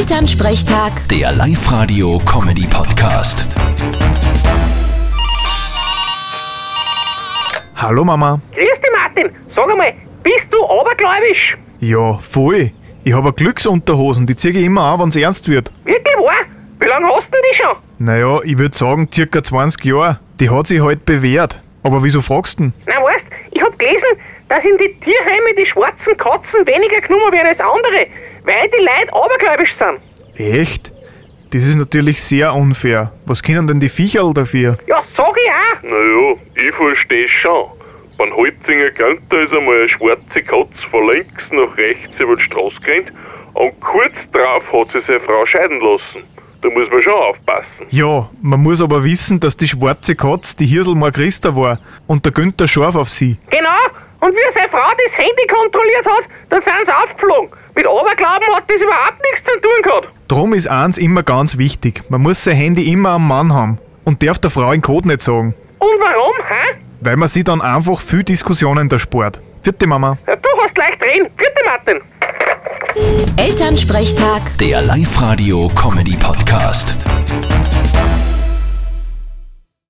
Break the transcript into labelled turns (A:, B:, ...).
A: Elternsprechtag,
B: Der Live-Radio-Comedy-Podcast.
C: Hallo Mama.
D: Grüß dich, Martin. Sag einmal, bist du abergläubisch?
C: Ja, voll. Ich habe Glücksunterhosen, die ziehe ich immer an, wenn's ernst wird.
D: Wirklich wahr? Wie lange hast du denn die schon?
C: Naja, ich würde sagen, circa 20 Jahre. Die hat sich halt bewährt. Aber wieso fragst du denn?
D: Na, weißt, ich hab gelesen, dass in die Tierheime die schwarzen Katzen weniger genommen werden als andere, weil die Leute abergläubisch sind.
C: Echt? Das ist natürlich sehr unfair. Was können denn die Viecherl dafür?
D: Ja, sag ich auch.
E: Naja, ich verstehe schon. Beim Halbzinger Kanter ist einmal eine schwarze Katze von links nach rechts über die Straße gerannt und kurz drauf hat sie seine Frau scheiden lassen. Da muss man schon aufpassen.
C: Ja, man muss aber wissen, dass die schwarze Katz die Hirsel Christa war und der Günther scharf auf sie.
D: Genau. Und wie seine Frau das Handy kontrolliert hat, dann sind sie aufgeflogen. Mit Aberglauben hat das überhaupt nichts zu tun gehabt.
C: Drum ist eins immer ganz wichtig. Man muss sein Handy immer am Mann haben und darf der Frau den Code nicht sagen,
D: Und warum, hä?
C: weil man sie dann einfach viel Diskussionen erspart. Vierte Mama.
D: Ja, Du hast leicht reden. Vierte Martin.
A: Elternsprechtag.
B: Der Live-Radio-Comedy-Podcast.